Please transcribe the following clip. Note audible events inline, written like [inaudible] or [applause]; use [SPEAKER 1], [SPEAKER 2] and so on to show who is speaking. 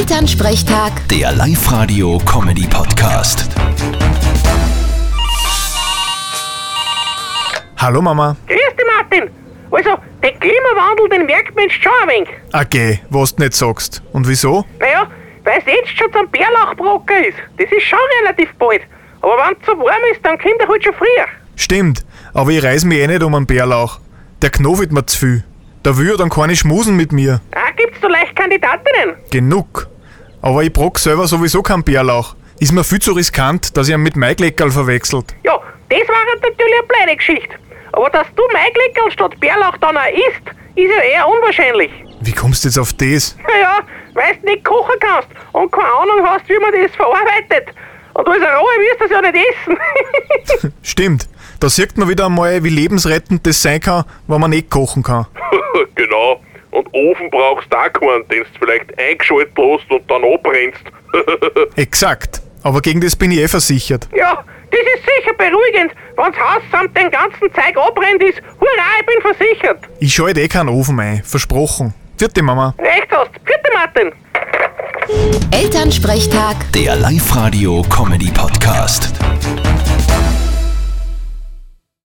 [SPEAKER 1] Elternsprechtag,
[SPEAKER 2] Der Live-Radio-Comedy-Podcast.
[SPEAKER 3] Hallo Mama.
[SPEAKER 4] Grüß dich, Martin. Also, den Klimawandel, den merkt man jetzt schon ein wenig.
[SPEAKER 3] Okay, was du nicht sagst. Und wieso?
[SPEAKER 4] Naja, weil es jetzt schon zum Bärlauchbrocken ist. Das ist schon relativ bald. Aber wenn es so warm ist, dann kommt er halt schon früher.
[SPEAKER 3] Stimmt, aber ich reiß mich eh nicht um einen Bärlauch. Der knofelt mir zu viel. Da will ja dann keine Schmusen mit mir.
[SPEAKER 4] Ah, gibt's so leicht Kandidatinnen?
[SPEAKER 3] Genug. Aber ich brock selber sowieso keinen Bärlauch. Ist mir viel zu riskant, dass ich ihn mit Maikleckerl verwechselt.
[SPEAKER 4] Ja, das wäre natürlich eine blöde Geschichte. Aber dass du Maigleckerl statt Bärlauch dann auch isst, ist ja eher unwahrscheinlich.
[SPEAKER 3] Wie kommst du jetzt auf das?
[SPEAKER 4] Naja, weil du nicht kochen kannst und keine Ahnung hast, wie man das verarbeitet. Und als Rohe wirst du es ja nicht essen. [laughs]
[SPEAKER 3] Stimmt, da sieht man wieder einmal, wie lebensrettend das sein kann, wenn man nicht kochen kann.
[SPEAKER 5] genau. Und Ofen brauchst du auch keinen, den du vielleicht eingeschaltet hast und dann abbrennst.
[SPEAKER 3] Exakt. Aber gegen das bin ich eh versichert.
[SPEAKER 4] Ja, das ist sicher beruhigend, wenn's Haus samt dem ganzen Zeug abbrennt ist. Hurra, ich bin versichert.
[SPEAKER 3] Ich schalte eh keinen Ofen ein. Versprochen. Vierte Mama.
[SPEAKER 4] Recht hast. Vierte Martin.
[SPEAKER 1] Elternsprechtag.
[SPEAKER 2] Der Live-Radio-Comedy-Podcast.